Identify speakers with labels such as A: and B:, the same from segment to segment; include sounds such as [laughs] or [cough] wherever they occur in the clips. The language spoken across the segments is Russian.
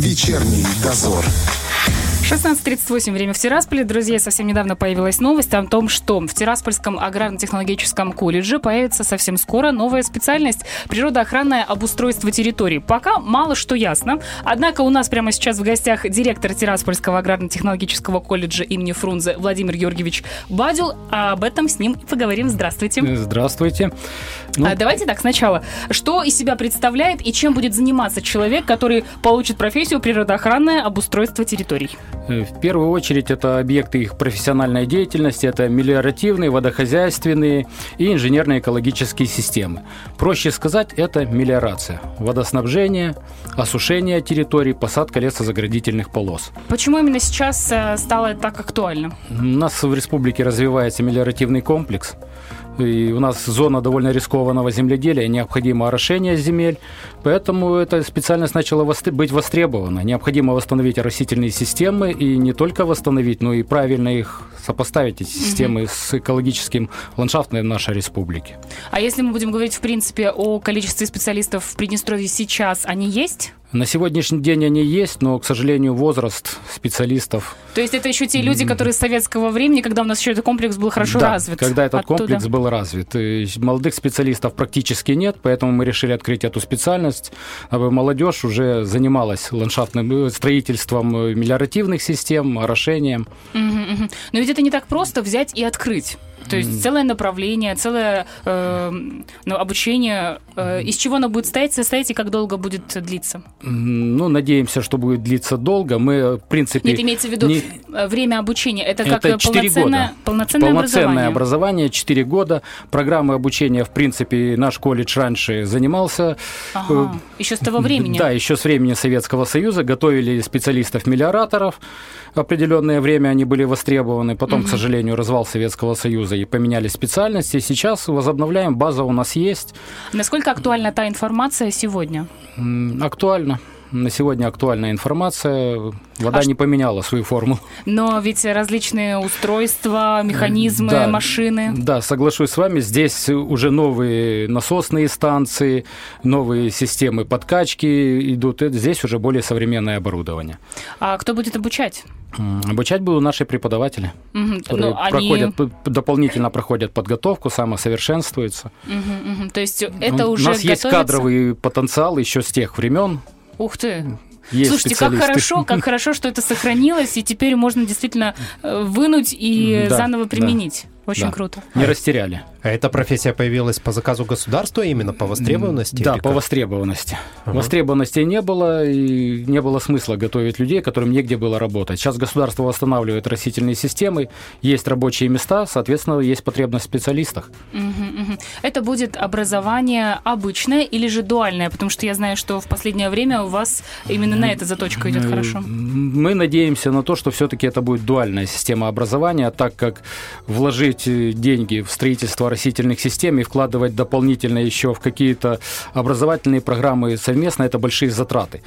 A: Вечерний дозор.
B: 16.38, время в Тирасполе. Друзья, совсем недавно появилась новость о том, что в Тираспольском аграрно-технологическом колледже появится совсем скоро новая специальность – природоохранное обустройство территорий. Пока мало что ясно. Однако у нас прямо сейчас в гостях директор Тираспольского аграрно-технологического колледжа имени Фрунзе Владимир Георгиевич Бадюл. А об этом с ним и поговорим.
C: Э,
B: Здравствуйте.
C: Здравствуйте.
B: Ну, а давайте так, сначала. Что из себя представляет и чем будет заниматься человек, который получит профессию природоохранное обустройство территорий?
C: Э, В первую очередь это объекты их профессиональной деятельности, это мелиоративные, водохозяйственные и инженерно-экологические системы. Проще сказать, это мелиорация, водоснабжение, осушение территорий, посадка лесозаградительных полос.
B: Почему именно сейчас э, стало так актуально?
C: У нас в республике развивается мелиоративный комплекс, и у нас зона довольно рискованного земледелия, необходимо орошение земель, поэтому эта специальность начала быть востребована. Необходимо восстановить растительные системы и не только восстановить, но и правильно их сопоставить, эти системы, угу. с экологическим ландшафтом нашей республики.
B: А если мы будем говорить, в принципе, о количестве специалистов в Приднестровье сейчас, они есть?
C: На сегодняшний день они есть, но, к сожалению, возраст специалистов.
B: То есть это еще те люди, которые с советского времени, когда у нас еще этот комплекс был хорошо
C: да,
B: развит.
C: Когда этот оттуда. комплекс был развит. И молодых специалистов практически нет, поэтому мы решили открыть эту специальность. А Молодежь уже занималась ландшафтным э, строительством э, мелиоративных систем, орошением.
B: Угу, угу. Но ведь это не так просто взять и открыть. То есть целое направление, целое э, ну, обучение. Э, из чего оно будет состоять, состоять и как долго будет длиться?
C: Ну, надеемся, что будет длиться долго. Мы, э, в принципе...
B: Нет, имеется в виду не... время обучения. Это, это как э,
C: 4
B: полноценное,
C: года.
B: полноценное,
C: полноценное образование. образование. 4 года. Программы обучения, в принципе, наш колледж раньше занимался.
B: Ага. Еще с того времени?
C: Да, еще с времени Советского Союза. Готовили специалистов-мелиораторов. Определенное время они были востребованы. Потом, угу. к сожалению, развал Советского Союза и поменяли специальности. Сейчас возобновляем, база у нас есть.
B: Насколько актуальна та информация сегодня?
C: Актуально. На сегодня актуальная информация. Вода а не поменяла свою форму.
B: Но ведь различные устройства, механизмы,
C: да,
B: машины.
C: Да, соглашусь с вами. Здесь уже новые насосные станции, новые системы подкачки идут. Здесь уже более современное оборудование.
B: А кто будет обучать?
C: Обучать будут наши преподаватели,
B: угу.
C: которые
B: Но
C: проходят, они... дополнительно проходят подготовку, самосовершенствуются.
B: Угу, угу. То есть это уже
C: Ну, У нас
B: готовится?
C: есть кадровый потенциал еще с тех времен,
B: Ух ты!
C: Есть
B: Слушайте, как хорошо,
C: [laughs]
B: как хорошо, что это сохранилось, и теперь можно действительно э, вынуть и
C: Да,
B: заново
C: да.
B: применить. Очень
C: Да.
B: круто.
C: Не растеряли.
D: А эта профессия появилась по заказу государства именно по востребованности?
C: Да,
D: или
C: по
D: как?
C: востребованности. Востребованности не было, и не было смысла готовить людей, которым негде было работать. Сейчас государство восстанавливает растительные системы, есть рабочие места, соответственно, есть потребность в специалистах.
B: Мгм, мгм. Это будет образование обычное или же дуальное? Потому что я знаю, что в последнее время у вас именно на это заточка идет
C: Э,
B: хорошо.
C: Мы надеемся на то, что все-таки это будет дуальная система образования, а так как вложить э, деньги в строительство растительных систем и вкладывать дополнительно еще в какие-то образовательные программы совместно, это большие затраты.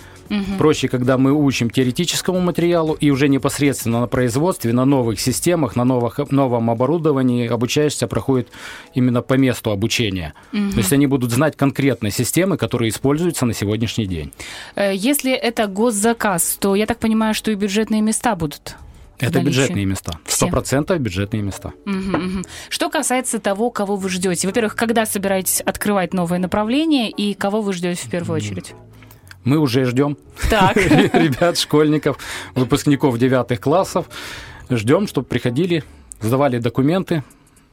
C: Проще, когда мы учим теоретическому материалу и уже непосредственно на производстве, на новых системах, на новых, новом оборудовании обучаешься, проходит именно по месту обучения. То есть они будут знать конкретные системы, которые используются на сегодняшний день.
B: Э, Если это госзаказ, то я так понимаю, что и бюджетные места будут. в
C: Это
B: наличии.
C: бюджетные места.
B: Все.
C: Сто процентов бюджетные места.
B: Мгм, мгм. Что касается того, кого вы ждете. Во-первых, когда собираетесь открывать новое направление и кого вы ждете в первую очередь?
C: Мы уже ждем [laughs]
B: Так.
C: ребят, школьников, выпускников девятых классов. Ждем, чтобы приходили, сдавали документы.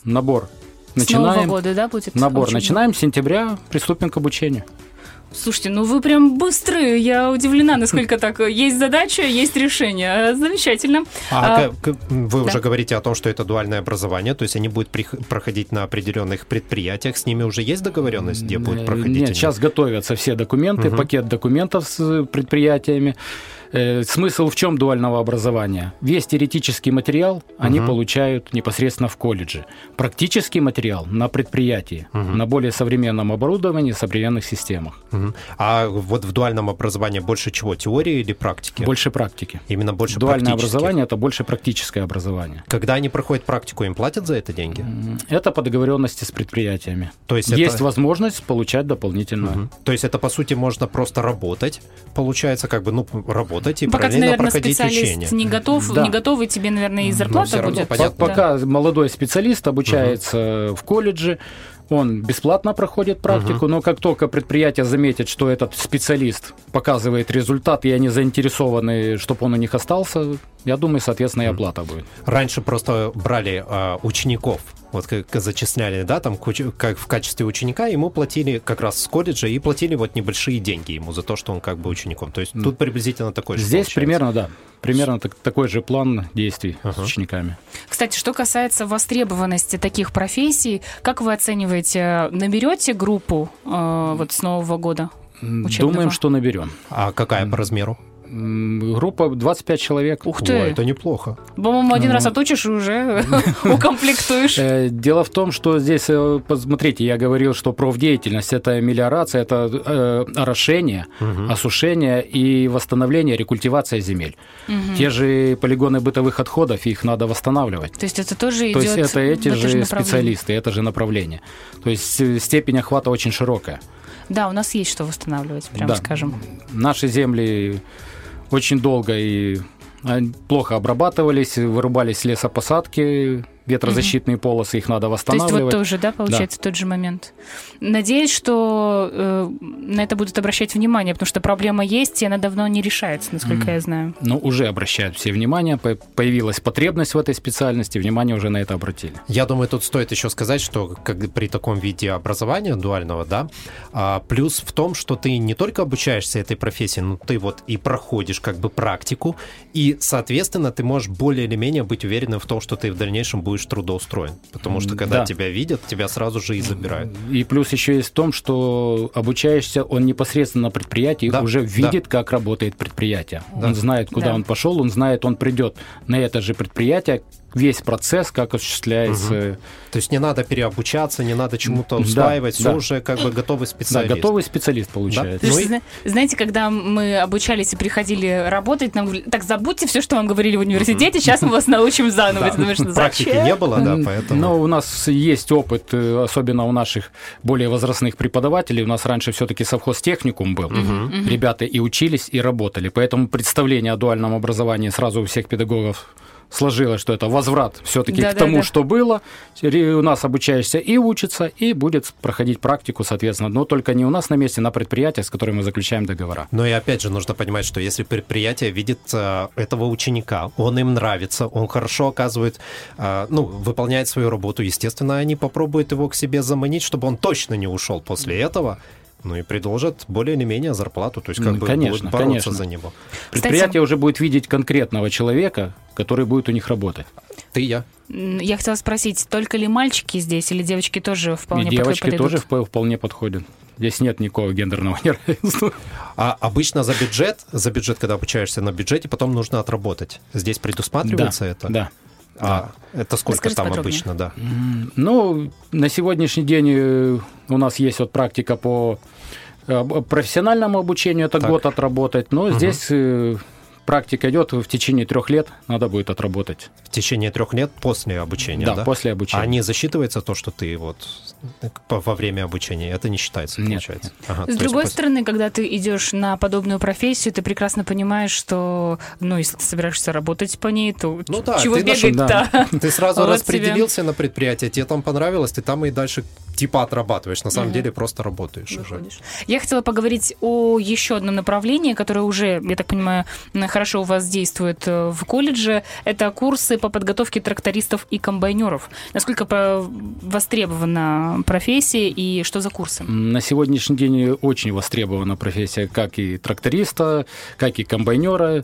C: Набор
B: С Нового
C: начинаем.
B: года, да, будет?
C: Набор
B: Очень-
C: начинаем с сентября, приступим к обучению.
B: Слушайте, ну вы прям быстрые. Я удивлена, насколько так. Есть задача, есть решение. Э, Замечательно.
D: А,
B: А,
D: к- к- вы
B: да.
D: уже говорите о том, что это дуальное образование, то есть они будут прих- проходить на определенных предприятиях, с ними уже есть договоренность, где будут
C: Э,
D: проходить?
C: Нет,
D: они?
C: сейчас готовятся все документы,
D: Мгм.
C: пакет документов с э, предприятиями. Э, смысл в чем дуального образования? Весь теоретический материал они
D: Мгм.
C: получают непосредственно в колледже. Практический материал на предприятии,
D: Мгм.
C: на более современном оборудовании, современных системах.
D: Мгм. А вот в дуальном образовании больше чего? Теории или практики?
C: Больше практики.
D: Именно больше
C: Дуальное
D: практических.
C: образование – это больше практическое образование.
D: Когда они проходят практику, им платят за это деньги?
C: М, Это по договоренности с предприятиями.
D: То есть,
C: Есть
D: это...
C: возможность получать дополнительную.
D: Мгм. То есть это, по сути, можно просто работать, получается, как бы, ну, работать и
B: Пока ты,
D: параллельно
B: наверное,
D: проходить
B: специалист
D: учение.
B: не готов,
C: Да.
B: не готовый, тебе, наверное, и зарплата
D: всё равно
B: будет.
D: понятно.
B: Да.
C: Пока молодой специалист обучается в колледже, он бесплатно проходит практику, но как только предприятие заметит, что этот специалист показывает результат, и они заинтересованы, чтобы он у них остался, я думаю, соответственно, и оплата будет.
D: Раньше просто брали а, учеников, вот как зачисляли, да, там куч- как в качестве ученика, ему платили как раз с колледжа и платили вот небольшие деньги ему за то, что он как бы учеником. То есть
C: Мгм.
D: тут приблизительно такой же
C: Здесь
D: получается.
C: примерно, да, примерно так- такой же план действий
D: Ага.
C: с учениками.
B: Кстати, что касается востребованности таких профессий, как вы оцениваете, э, наберете группу э, вот с Нового года?
C: М,
B: Учебного.
C: Думаем, что наберем.
D: А какая по размеру?
C: М, Группа 25 человек.
B: Ух
D: О,
B: ты!
D: это неплохо.
B: По-моему, один
C: Ну.
B: раз отучишь и
C: [laughs]
B: уже укомплектуешь.
C: Э, Дело в том, что здесь, э, посмотрите, я говорил, что профдеятельность – это мелиорация, это э, орошение,
D: Мгм.
C: осушение и восстановление, рекультивация земель.
B: Мгм.
C: Те же полигоны бытовых отходов, их надо восстанавливать.
B: То есть это тоже
C: То
B: идет
C: есть это эти
B: в это
C: же
B: направление.
C: специалисты, это же направление. То есть э, степень охвата очень широкая.
B: Да, у нас есть что восстанавливать, прямо
C: Да.
B: скажем.
C: Наши земли очень долго и э, плохо обрабатывались, вырубались лесопосадки, ветрозащитные полосы, их надо
B: То есть вот
C: восстанавливать.
B: тоже, да, получается, тот же момент. Надеюсь, что э, на это будут обращать внимание, потому что проблема есть, и она давно не решается, насколько
C: Мгм.
B: я знаю.
C: Но ну, уже обращают все внимание, по- появилась потребность в этой специальности, внимание уже на это обратили.
D: Я думаю, тут стоит еще сказать, что как, при таком виде образования дуального, да, а, плюс в том, что ты не только обучаешься этой профессии, но ты вот и проходишь как бы практику, и, соответственно, ты можешь более или менее быть уверенным в том, что ты в дальнейшем будешь трудоустроен. Потому что когда
C: Да.
D: тебя видят, тебя сразу же и забирают.
C: И плюс еще есть в том, что обучаешься, он непосредственно на предприятии
D: Да,
C: уже
D: да.
C: видит, как работает предприятие.
D: Да.
C: Он знает, куда
B: Да.
C: он пошел, он знает, он придет на это же предприятие, весь процесс, как осуществляется.
D: То есть не надо переобучаться, не надо чему-то
C: Да,
D: усваивать, все
C: да.
D: уже как бы готовый
C: Да,
D: специалист.
C: готовый специалист получается.
D: Ну
B: Потому что,
D: и-
B: зна- знаете, когда мы обучались и приходили работать, нам говорили, так забудьте все, что вам говорили в университете, сейчас мы вас научим заново. И ты думаешь, «Ну
D: Практики
B: зачем?»
D: не было, да,
C: М, ну,
D: поэтому...
C: Но у нас есть опыт, э, особенно у наших более возрастных преподавателей. У нас раньше все-таки совхозтехникум был. Ребята и учились, и работали. Поэтому представление о дуальном образовании сразу у всех педагогов сложилось, что это возврат все-таки к
B: Да-да-да.
C: тому, что было. Ре- У нас обучаешься и учится, и будет проходить практику, соответственно. Но только не у нас на месте, на предприятии, с которым мы заключаем договора.
D: Но и опять же нужно понимать, что если предприятие видит э, этого ученика, он им нравится, он хорошо оказывает, э, ну, выполняет свою работу, естественно, они попробуют его к себе заманить, чтобы он точно не ушел после этого. Ну и предложат более или менее зарплату, то есть как
C: Ну,
D: бы
C: конечно,
D: будут бороться
C: конечно.
D: за него.
C: Предприятие уже будет видеть конкретного человека, который будет у них работать.
D: Ты и я.
B: М, Я хотела спросить, только ли мальчики здесь или девочки тоже вполне
C: и девочки
B: подойдут?
C: тоже вп- вполне подходят. Здесь нет никакого гендерного [laughs] неравенства.
D: А обычно за бюджет, за бюджет, когда обучаешься на бюджете, потом нужно отработать. Здесь предусматривается это?
C: Да.
D: А, это сколько
B: Расскажите
D: там
B: подробнее.
D: обычно, да?
C: Ну, на сегодняшний день э, у нас есть вот практика по э, б- профессиональному обучению, это
D: Так.
C: год отработать, но здесь э, практика идет в течение трех лет, надо будет отработать.
D: В течение трех лет после обучения, да?
C: да, после
D: А
C: обучения.
D: не засчитывается то, что ты вот по- во время обучения? Это не считается,
C: Нет,
D: получается. Ага, то
B: С
D: есть
B: другой
D: пос-
B: стороны, когда ты идешь на подобную профессию, ты прекрасно понимаешь, что, ну, если ты собираешься работать по ней, то
D: Ну
B: ч-
D: да,
B: чего
D: ты нашел-
B: бегать-то?
D: Ты сразу
B: Вот
D: распределился на предприятие, тебе там понравилось, ты там и дальше типа отрабатываешь. На самом
B: Мгм.
D: деле просто работаешь уже.
B: Выходишь. Я хотела поговорить о еще одном направлении, которое уже, я так понимаю, м, хорошо у вас действует э, в колледже. Это курсы по подготовке трактористов и комбайнеров. Насколько по- востребована профессия и что за курсы?
C: М, На сегодняшний день э, очень востребована профессия, как и тракториста, как и комбайнера.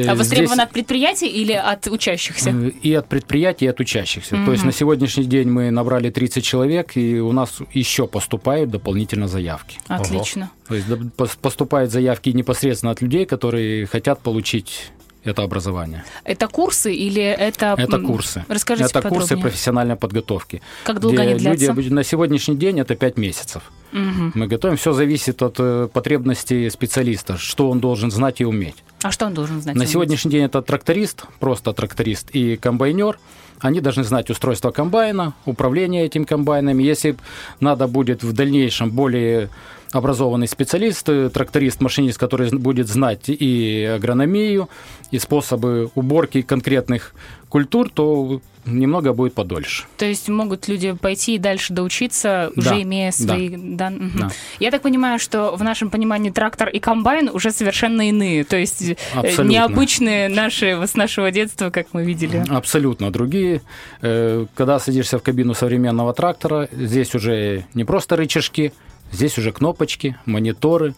B: А
C: здесь-
B: востребована от предприятий или от учащихся?
C: Э, И от предприятий, и от учащихся. То есть
B: Мгм.
C: на сегодняшний день мы набрали 30 человек, и у нас еще поступают дополнительно заявки.
B: Отлично.
C: То есть да, пос- поступают заявки непосредственно от людей, которые хотят получить это образование.
B: Это курсы или это...
C: Это
B: м,
C: курсы.
B: Расскажите
C: это курсы
B: подробнее.
C: профессиональной подготовки.
B: Как долго они
C: люди
B: длятся?
C: обы- на сегодняшний день это 5 месяцев.
B: Мгм.
C: Мы готовим. Все зависит от э, потребностей специалиста, что он должен знать и уметь.
B: А что он должен знать?
C: На сегодняшний день это тракторист, просто тракторист и комбайнер. Они должны знать устройство комбайна, управление этим комбайном. Если б надо будет в дальнейшем более образованный специалист, э, тракторист-машинист, который зн- будет знать и агрономию, и способы уборки конкретных культур, то немного будет подольше.
B: То есть могут люди пойти и дальше доучиться,
C: Да,
B: уже имея свои данные. Мгм.
C: Да.
B: Я так понимаю, что в нашем понимании трактор и комбайн уже совершенно иные. То есть э,
C: Абсолютно.
B: необычные наши вот с нашего детства, как мы видели.
C: Абсолютно другие. Э, Когда садишься в кабину современного трактора, здесь уже не просто рычажки, здесь уже кнопочки, мониторы,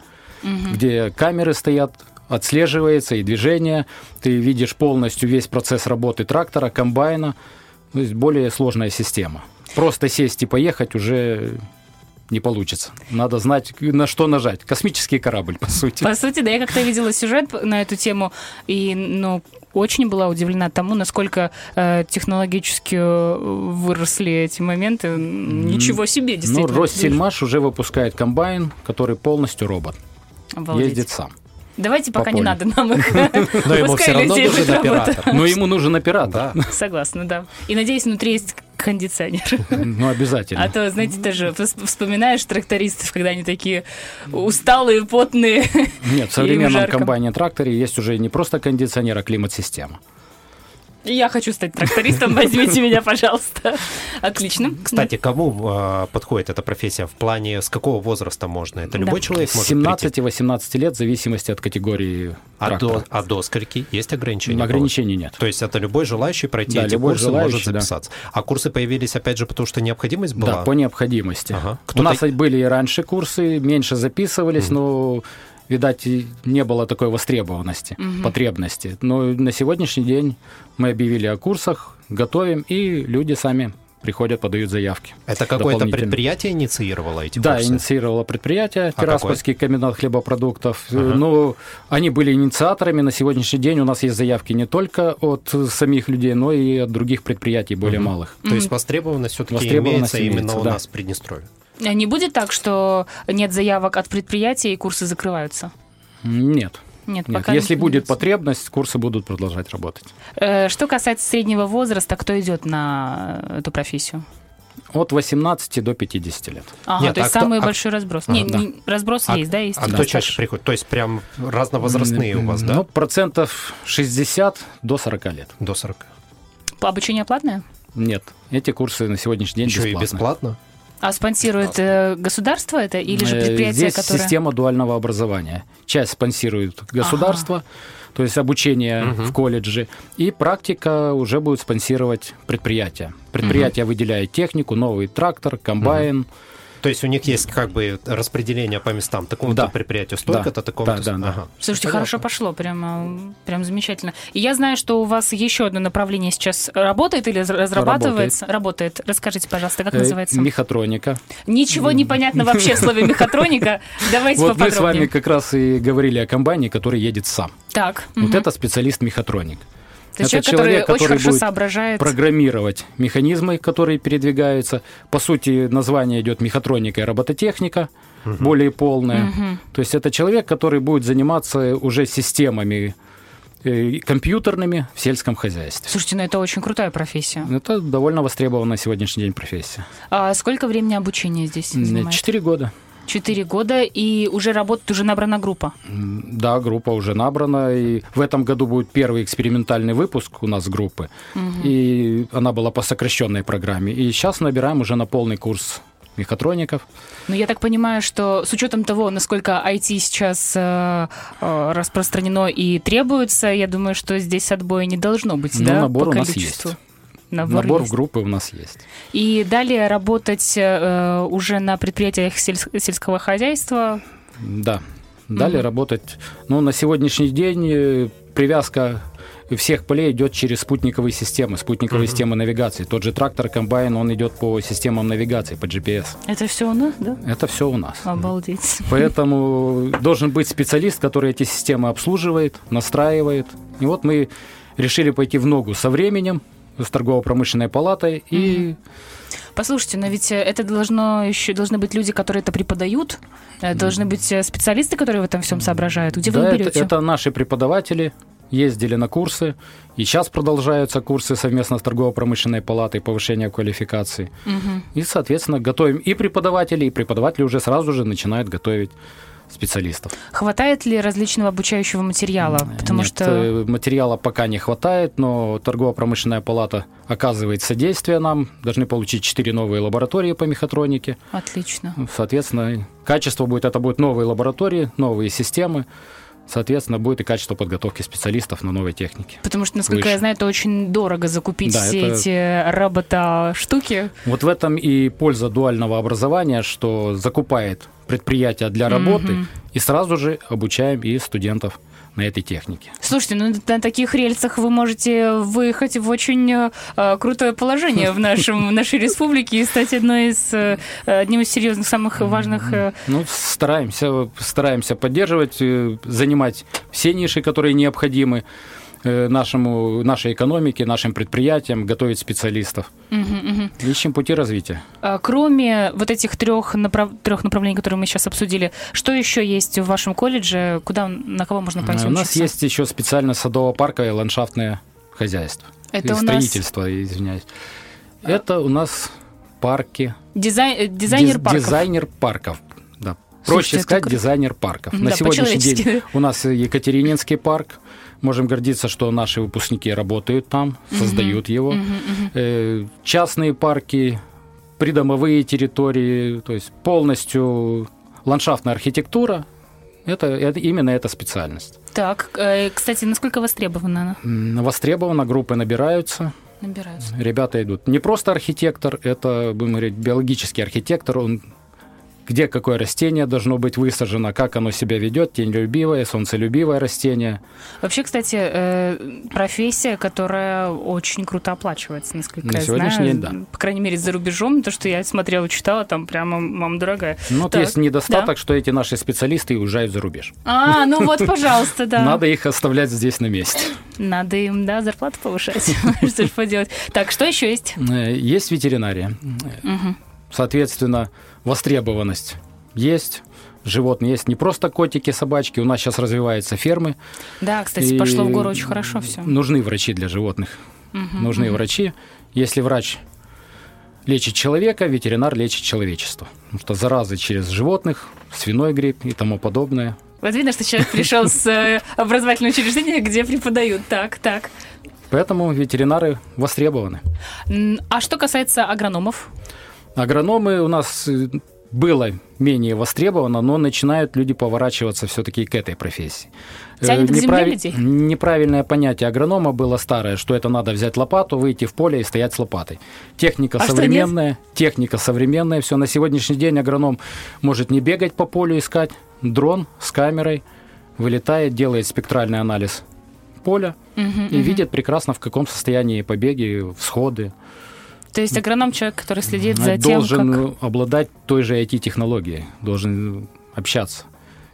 C: где камеры стоят, отслеживается и движение. Ты видишь полностью весь процесс работы трактора, комбайна. То есть более сложная система. Просто сесть и поехать уже не получится. Надо знать, на что нажать. Космический корабль, по сути.
B: По сути, да, я как-то видела сюжет на эту тему, и, ну, очень была удивлена тому, насколько э, технологически э, выросли эти моменты. М, Ничего себе,
C: Но
B: действительно.
C: Ростельмаш Ну, уже выпускает комбайн, который полностью робот.
B: Обалдеть.
C: Ездит сам.
B: Давайте пока не
C: полю.
B: надо нам
C: [laughs]
B: их.
D: Но ему
B: Пускай
D: все равно
B: людей
D: нужен
B: будет работа.
D: оператор. Ну,
C: Но Ну, ему нужен оператор.
D: Да.
B: Согласна, да. И надеюсь, внутри есть кондиционер.
C: Ну,
B: А
C: обязательно.
B: то, знаете, даже вс- вспоминаешь трактористов, когда они такие усталые, потные.
C: Нет, в
B: Им
C: современном
B: жарко.
C: комбайне-тракторе есть уже не просто кондиционер, а климат-система.
B: И Я хочу стать
D: [laughs]
B: трактористом, возьмите меня, пожалуйста. Отлично.
D: Кстати, кому э, подходит эта профессия? В плане, с какого возраста можно? Это
B: Да.
D: любой человек
C: С
D: может
C: 17
D: прийти?
C: и 18 лет, в зависимости от категории
D: А до,
C: трактора.
D: а до скольки? Есть ограничения?
C: Ограничений нет.
D: То есть это любой желающий пройти
C: Да,
D: эти
C: любой
D: курсы может
C: желающий, да.
D: записаться. А курсы появились, опять же, потому что необходимость была?
C: Да, по необходимости.
D: Ага.
C: У
D: Кто-то-
C: нас были и раньше курсы, меньше записывались, но, видать, и не было такой востребованности, потребности. Но на сегодняшний день мы объявили о курсах, готовим, и люди сами приходят, подают заявки.
D: Это какое-то
C: дополнительно.
D: предприятие инициировало эти
C: Да,
D: курсы?
C: инициировало предприятие
D: А какое?
C: Тираспольский комбинат хлебопродуктов. Э, Ну, они были инициаторами. На сегодняшний день у нас есть заявки не только от э, самих людей, но и от других предприятий более малых.
D: То есть востребованность все-таки
C: Востребованность
D: имеется, именно
C: имеется,
D: у
C: да.
D: нас в Приднестровье.
B: А Не будет так, что нет заявок от предприятия и курсы закрываются?
C: М, Нет.
B: Нет,
C: Нет.
B: пока
C: Если
B: не
C: будет
B: появляется.
C: потребность, курсы будут продолжать работать.
B: Э, Что касается среднего возраста, кто идет на эту профессию?
C: От 18 до 50 лет.
B: Ага,
D: Нет,
B: то есть
D: а кто-
B: самый
D: а-
B: большой разброс.
C: Ага,
B: не,
C: да.
B: не- разброс
D: А-
B: есть, да, есть.
D: А кто
B: Да.
D: чаще приходит? То есть прям разновозрастные у вас, да?
C: Ну, процентов 60 до 40 лет.
D: До 40.
B: Обучение платное?
C: Нет. Эти курсы на сегодняшний день
D: Еще и
C: бесплатны.
D: бесплатно?
B: А спонсирует э, государство это или же
C: Э,
B: предприятие,
C: Здесь
B: которое...
C: система дуального образования. Часть спонсирует государство, то есть обучение в колледже, и практика уже будет спонсировать предприятие. Предприятие выделяет технику, новый трактор, комбайн.
D: То есть у них есть как бы распределение по местам. Такому-то
C: Да.
D: предприятию
C: Да.
D: столько-то, такому-то...
C: Да, да, да.
D: Ага.
B: Слушайте,
D: Понятно.
B: хорошо пошло, прямо, прям замечательно. И я знаю, что у вас еще одно направление сейчас работает или разрабатывается? Работает. Расскажите, пожалуйста, как
C: Э,
B: называется?
C: Мехатроника.
B: Ничего не понятно вообще в слове мехатроника. Давайте
C: вот мы с
B: поподробнее.
C: вами как раз и говорили о комбайне, который едет сам.
B: Так.
C: Вот
B: мгм.
C: это специалист-мехатроник.
B: То есть человек, который, очень хорошо соображает.
C: программировать механизмы, которые передвигаются. По сути, название идет мехатроника и робототехника, более полная. То есть это человек, который будет заниматься уже системами э, компьютерными в сельском хозяйстве.
B: Слушайте, ну это очень крутая профессия.
C: Это довольно востребованная на сегодняшний день профессия.
B: А сколько времени обучения здесь занимает?
C: Четыре года.
B: Четыре года, и уже работает, уже набрана группа.
C: М, Да, группа уже набрана, и в этом году будет первый экспериментальный выпуск у нас группы, и она была по сокращенной программе. И сейчас набираем уже на полный курс мехатроников.
B: Но я так понимаю, что с учетом того, насколько IT сейчас э, э, распространено и требуется, я думаю, что здесь отбоя не должно быть,
C: Ну,
B: да?
C: набор
B: по
C: у нас
B: количеству?
C: есть.
B: Набор,
C: Набор
B: есть.
C: в группы у нас есть.
B: И далее работать э, уже на предприятиях сельс- сельского хозяйства.
C: Да. Далее работать. Ну, на сегодняшний день э, привязка всех полей идет через спутниковые системы, спутниковые
D: Мгм.
C: системы навигации. Тот же трактор, комбайн, он идет по системам навигации, по GPS.
B: Это все у нас, да?
C: Это все у нас.
B: Обалдеть.
C: Поэтому должен быть специалист, который эти системы обслуживает, настраивает. И вот мы решили пойти в ногу со временем, с торгово-промышленной палатой. И
B: Послушайте, но ведь э, это должно еще должны быть люди, которые это преподают, э, должны быть э, специалисты, которые в этом всем соображают. Где
C: да,
B: вы их
C: это,
B: берете?
C: это наши преподаватели ездили на курсы, и сейчас продолжаются курсы совместно с торгово-промышленной палатой повышения квалификации.
B: Мгм.
C: И, соответственно, готовим и преподавателей, и преподаватели уже сразу же начинают готовить специалистов.
B: Хватает ли различного обучающего материала? Потому
C: Нет,
B: что
C: э, материала пока не хватает, но торгово-промышленная палата оказывает содействие нам. Должны получить 4 новые лаборатории по мехатронике.
B: отлично.
C: Соответственно, и качество будет, это будут новые лаборатории, новые системы. Соответственно, будет и качество подготовки специалистов на новой технике.
B: Потому что, насколько я
C: выше.
B: знаю, это очень дорого закупить
C: Да,
B: все
C: это-
B: эти робота-штуки.
C: Вот в этом и польза дуального образования, что закупает предприятия для работы
B: Мгм.
C: и сразу же обучаем и студентов на этой технике.
B: Слушайте, ну на таких рельсах вы можете выехать в очень э, э, крутое положение в, нашем, в нашей республике и стать одной из, э, одним из серьезных, самых важных э,
C: Ну, стараемся, стараемся поддерживать, э, занимать все ниши, которые необходимы э, нашему, нашей экономике, нашим предприятиям, готовить специалистов.
B: мгм, мгм.
C: Ищем пути развития.
B: А Кроме вот этих трех, направ- трех направлений, которые мы сейчас обсудили, что еще есть в вашем колледже? Куда, на кого можно пойти
C: Э, У нас
B: учиться?
C: есть еще специально садово-парковое ландшафтное хозяйство.
B: Это
C: И
B: у нас
C: строительство, извиняюсь. Это у у нас парки.
B: дизай- э, дизайнер
C: Диз-
B: парков.
C: Дизайнер парков, да.
B: Слушайте,
C: Проще
B: это
C: сказать,
B: круто.
C: дизайнер парков.
B: Мгм,
C: На
B: да,
C: сегодняшний день
B: по-человечески.
C: у нас Екатерининский парк. Можем гордиться, что наши выпускники работают там, создают его.
B: Мгм, мгм.
C: Э, Частные парки, придомовые территории, то есть полностью ландшафтная архитектура. Это, это именно эта специальность.
B: Так, э, кстати, насколько востребована она?
C: М, Востребована, группы набираются.
B: Набираются.
C: Ребята идут. Не просто архитектор, это, будем говорить, биологический архитектор. Он где какое растение должно быть высажено, как оно себя ведет, тенелюбивое, солнцелюбивое растение.
B: Вообще, кстати, э, профессия, которая очень круто оплачивается, насколько
C: На
B: я
C: сегодняшний
B: знаю.
C: день,
B: По крайней мере, за рубежом, то, что я смотрела, читала, там прямо, мам, дорогая.
C: Но вот
B: Так,
C: есть недостаток, что эти наши специалисты уезжают за рубеж.
B: А, ну
C: [laughs]
B: вот, пожалуйста, да.
C: Надо их оставлять здесь на месте.
B: Надо им, да, зарплату повышать. [laughs] Что ж поделать. Так, что еще есть?
C: Э, Есть ветеринария.
B: Мгм.
C: Соответственно, востребованность есть. Животные есть не просто котики, собачки. У нас сейчас развиваются фермы.
B: Да, кстати,
C: И
B: пошло в гору очень хорошо все.
C: Нужны врачи для животных. Нужны врачи. Если врач лечит человека, ветеринар лечит человечество. Потому что заразы через животных, свиной грипп и тому подобное.
B: Вот видно, что человек пришел с э, образовательного учреждения, где преподают. Так, так.
C: Поэтому ветеринары востребованы.
B: М, А что касается агрономов?
C: Агрономы у нас э, было менее востребовано, но начинают люди поворачиваться все-таки к этой профессии. Э,
B: Тянет к земле
C: неправи-
B: людей?
C: Неправильное понятие агронома было старое, что это надо взять лопату, выйти в поле и стоять с лопатой. Техника
B: А что,
C: современная, техника современная, все. На сегодняшний день агроном может не бегать по полю искать, дрон с камерой вылетает, делает спектральный анализ поля
B: Мгм,
C: и
B: мгм.
C: видит прекрасно, в каком состоянии побеги, всходы.
B: То есть агроном человек, который следит за тем,
C: Э, должен
B: Э, как...
C: обладать той же IT-технологией, должен э, общаться.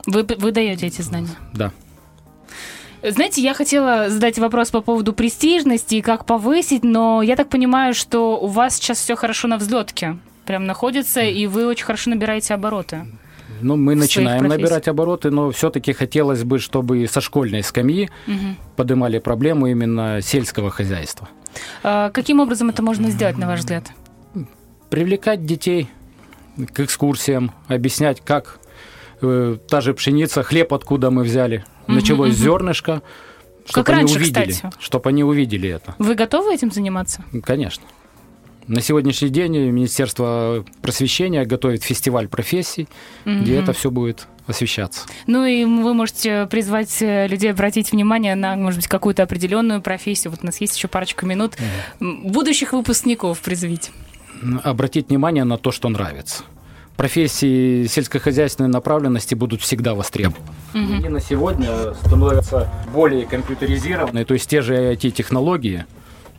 B: Вы, вы даете эти знания.
C: Да.
B: Знаете, я хотела задать вопрос по поводу престижности и как повысить, но я так понимаю, что у вас сейчас все хорошо на взлетке. Прям находится, и вы очень хорошо набираете обороты.
C: Ну, мы
B: В своих
C: начинаем
B: профессиях.
C: набирать обороты, но все-таки хотелось бы, чтобы и со школьной скамьи
B: Мгм.
C: поднимали проблему именно сельского хозяйства.
B: А каким образом это можно сделать, на ваш взгляд?
C: Привлекать детей к экскурсиям, объяснять, как э, та же пшеница, хлеб откуда мы взяли.
B: Мгм,
C: Началось
B: мгм.
C: с зернышка, чтобы они
B: раньше,
C: увидели,
B: кстати.
C: чтобы они увидели это.
B: Вы готовы этим заниматься?
C: Конечно. На сегодняшний день Министерство просвещения готовит фестиваль профессий, где
B: Мгм.
C: это все будет освещаться.
B: Ну и вы можете призвать э, людей обратить внимание на, может быть, какую-то определенную профессию. Вот у нас есть еще парочка минут. М, Будущих выпускников призвить.
C: Обратить внимание на то, что нравится. профессии сельскохозяйственной направленности будут всегда востребованы.
B: Мгм.
C: Они на сегодня становятся более компьютеризированные, то есть те же IT-технологии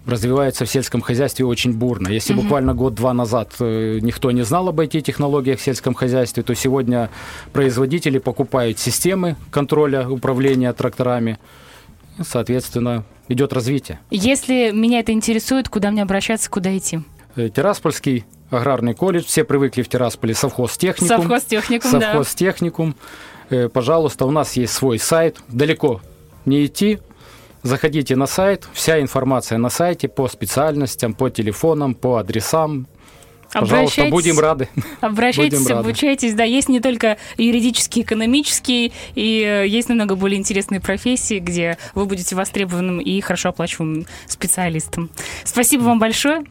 C: развиваются в сельском хозяйстве очень бурно. Если
B: Мгм.
C: буквально год-два назад э, никто не знал об IT-технологиях в сельском хозяйстве, то сегодня производители покупают системы контроля управления тракторами, И, соответственно, идет развитие.
B: Если меня это интересует, куда мне обращаться, куда идти?
C: Э, Тираспольский аграрный колледж, все привыкли в Тирасполе совхозтехникум.
B: Совхозтехникум, да.
C: совхозтехникум. Э, Пожалуйста, у нас есть свой сайт. Далеко не идти. Заходите на сайт. Вся информация на сайте по специальностям, по телефонам, по адресам. Пожалуйста,
B: Обращайтесь.
C: будем рады. [laughs]
B: Обращайтесь,
C: Будем рады.
B: обучайтесь. Да, есть не только юридические, экономические, и э, есть намного более интересные профессии, где вы будете востребованным и хорошо оплачиваемым специалистом. Спасибо вам большое.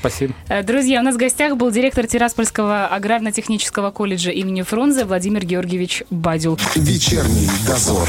C: Спасибо.
B: Э, Друзья, у нас в гостях был директор Тираспольского аграрно-технического колледжа имени Фрунзе Владимир Георгиевич Бадюл.
A: Вечерний дозор.